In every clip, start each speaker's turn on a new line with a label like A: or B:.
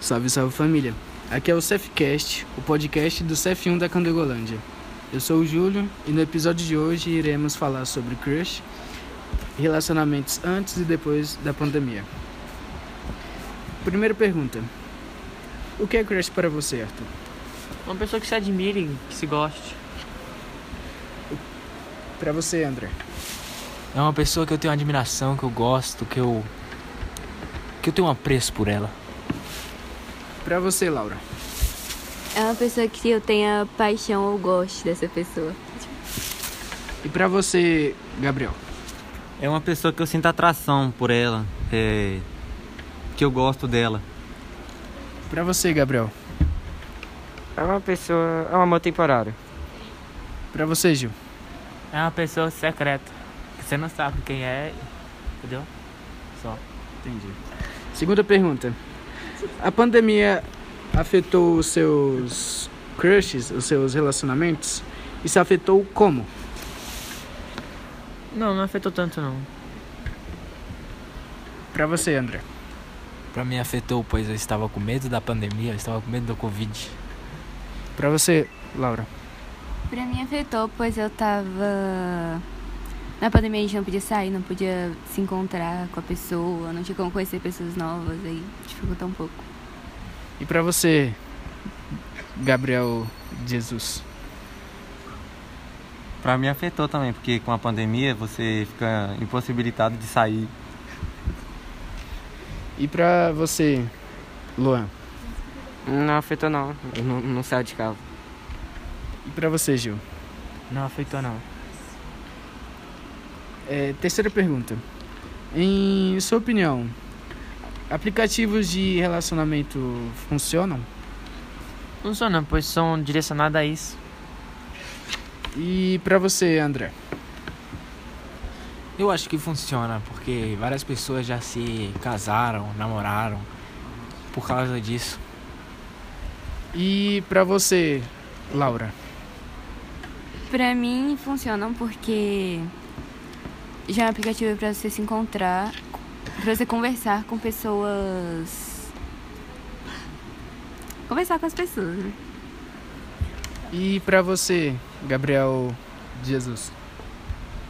A: Salve, salve família! Aqui é o Cefcast, o podcast do Cef1 da Candegolândia. Eu sou o Júlio e no episódio de hoje iremos falar sobre crush, relacionamentos antes e depois da pandemia. Primeira pergunta: O que é crush para você, Arthur?
B: Uma pessoa que se admire, que se goste.
A: Para você, André?
C: É uma pessoa que eu tenho admiração, que eu gosto, que eu. que eu tenho um apreço por ela.
A: Para você, Laura?
D: É uma pessoa que eu tenha paixão ou gosto dessa pessoa.
A: E para você, Gabriel?
E: É uma pessoa que eu sinto atração por ela, é, que eu gosto dela.
A: Para você, Gabriel?
F: É uma pessoa. É um amor temporário.
A: Para você, Gil?
B: É uma pessoa secreta. Que você não sabe quem é. Entendeu? Só.
A: Entendi. Segunda pergunta. A pandemia afetou os seus crushes, os seus relacionamentos? E se afetou como?
B: Não, não afetou tanto não.
A: Para você, André.
C: Pra mim afetou, pois eu estava com medo da pandemia, eu estava com medo do Covid.
A: Para você, Laura.
D: Pra mim afetou, pois eu tava. Na pandemia a gente não podia sair, não podia se encontrar com a pessoa, não tinha como conhecer pessoas novas, aí dificultou um pouco.
A: E para você, Gabriel Jesus.
E: Pra mim afetou também, porque com a pandemia você fica impossibilitado de sair.
A: E para você, Luan.
F: Não afetou não. Eu não, não saio de casa.
A: E para você, Gil.
B: Não afetou não.
A: É, terceira pergunta. Em sua opinião, aplicativos de relacionamento funcionam?
B: Não sou não, pois são direcionados a isso.
A: E pra você, André?
C: Eu acho que funciona, porque várias pessoas já se casaram, namoraram por causa disso.
A: E pra você, Laura?
D: Pra mim funcionam porque já é um aplicativo pra você se encontrar, pra você conversar com pessoas. Conversar com as pessoas, né?
A: E pra você, Gabriel Jesus?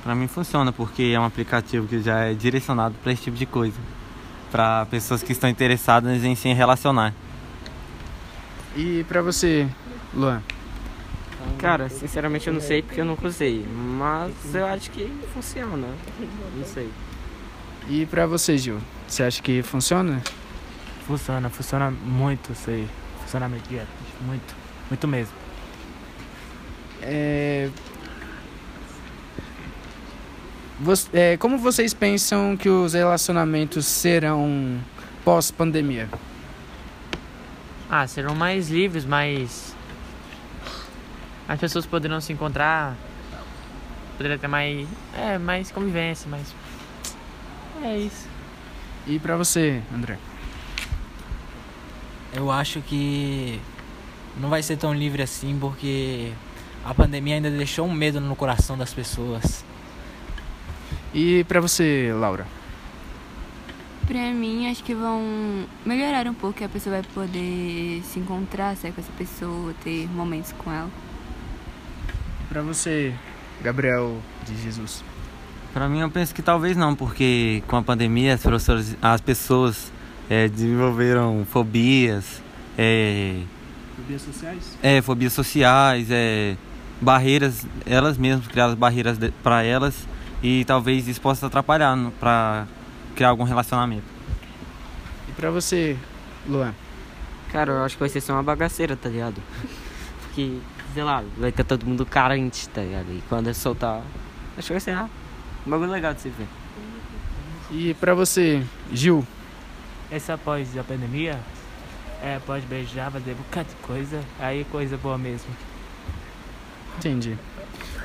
E: Pra mim funciona, porque é um aplicativo que já é direcionado pra esse tipo de coisa. Pra pessoas que estão interessadas em se relacionar.
A: E pra você, Luan?
F: Cara, sinceramente eu não sei porque eu nunca usei. Mas eu acho que funciona. né? Não sei.
A: E pra você, Gil? Você acha que funciona?
B: Funciona, funciona muito isso aí. Funciona muito direto. Muito. Muito mesmo.
A: É... Vos- é, como vocês pensam que os relacionamentos serão pós-pandemia?
B: Ah, serão mais livres, mais. As pessoas poderão se encontrar. Poderia ter mais. É, mais convivência, mais. É isso.
A: E pra você, André?
C: Eu acho que não vai ser tão livre assim, porque a pandemia ainda deixou um medo no coração das pessoas.
A: E pra você, Laura?
D: Pra mim, acho que vão melhorar um pouco, que a pessoa vai poder se encontrar, sair com essa pessoa, ter momentos com ela.
A: Pra você, Gabriel de Jesus.
E: Pra mim, eu penso que talvez não, porque com a pandemia as, professoras, as pessoas é, desenvolveram fobias, é,
A: Fobias sociais?
E: é, fobias sociais, é, barreiras, elas mesmas criaram barreiras para elas e talvez isso possa atrapalhar para criar algum relacionamento.
A: E pra você, Luan?
F: Cara, eu acho que vai ser só uma bagaceira, tá ligado? Porque, sei lá, vai ter todo mundo carente, tá ligado? E quando eu soltar, acho que vai ser ah, um bagulho legal de se ver.
A: E pra você, Gil?
B: Essa após a pandemia, é, pode beijar, fazer um bocado de coisa. Aí é coisa boa mesmo.
A: Entendi.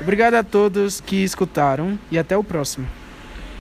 A: Obrigado a todos que escutaram e até o próximo.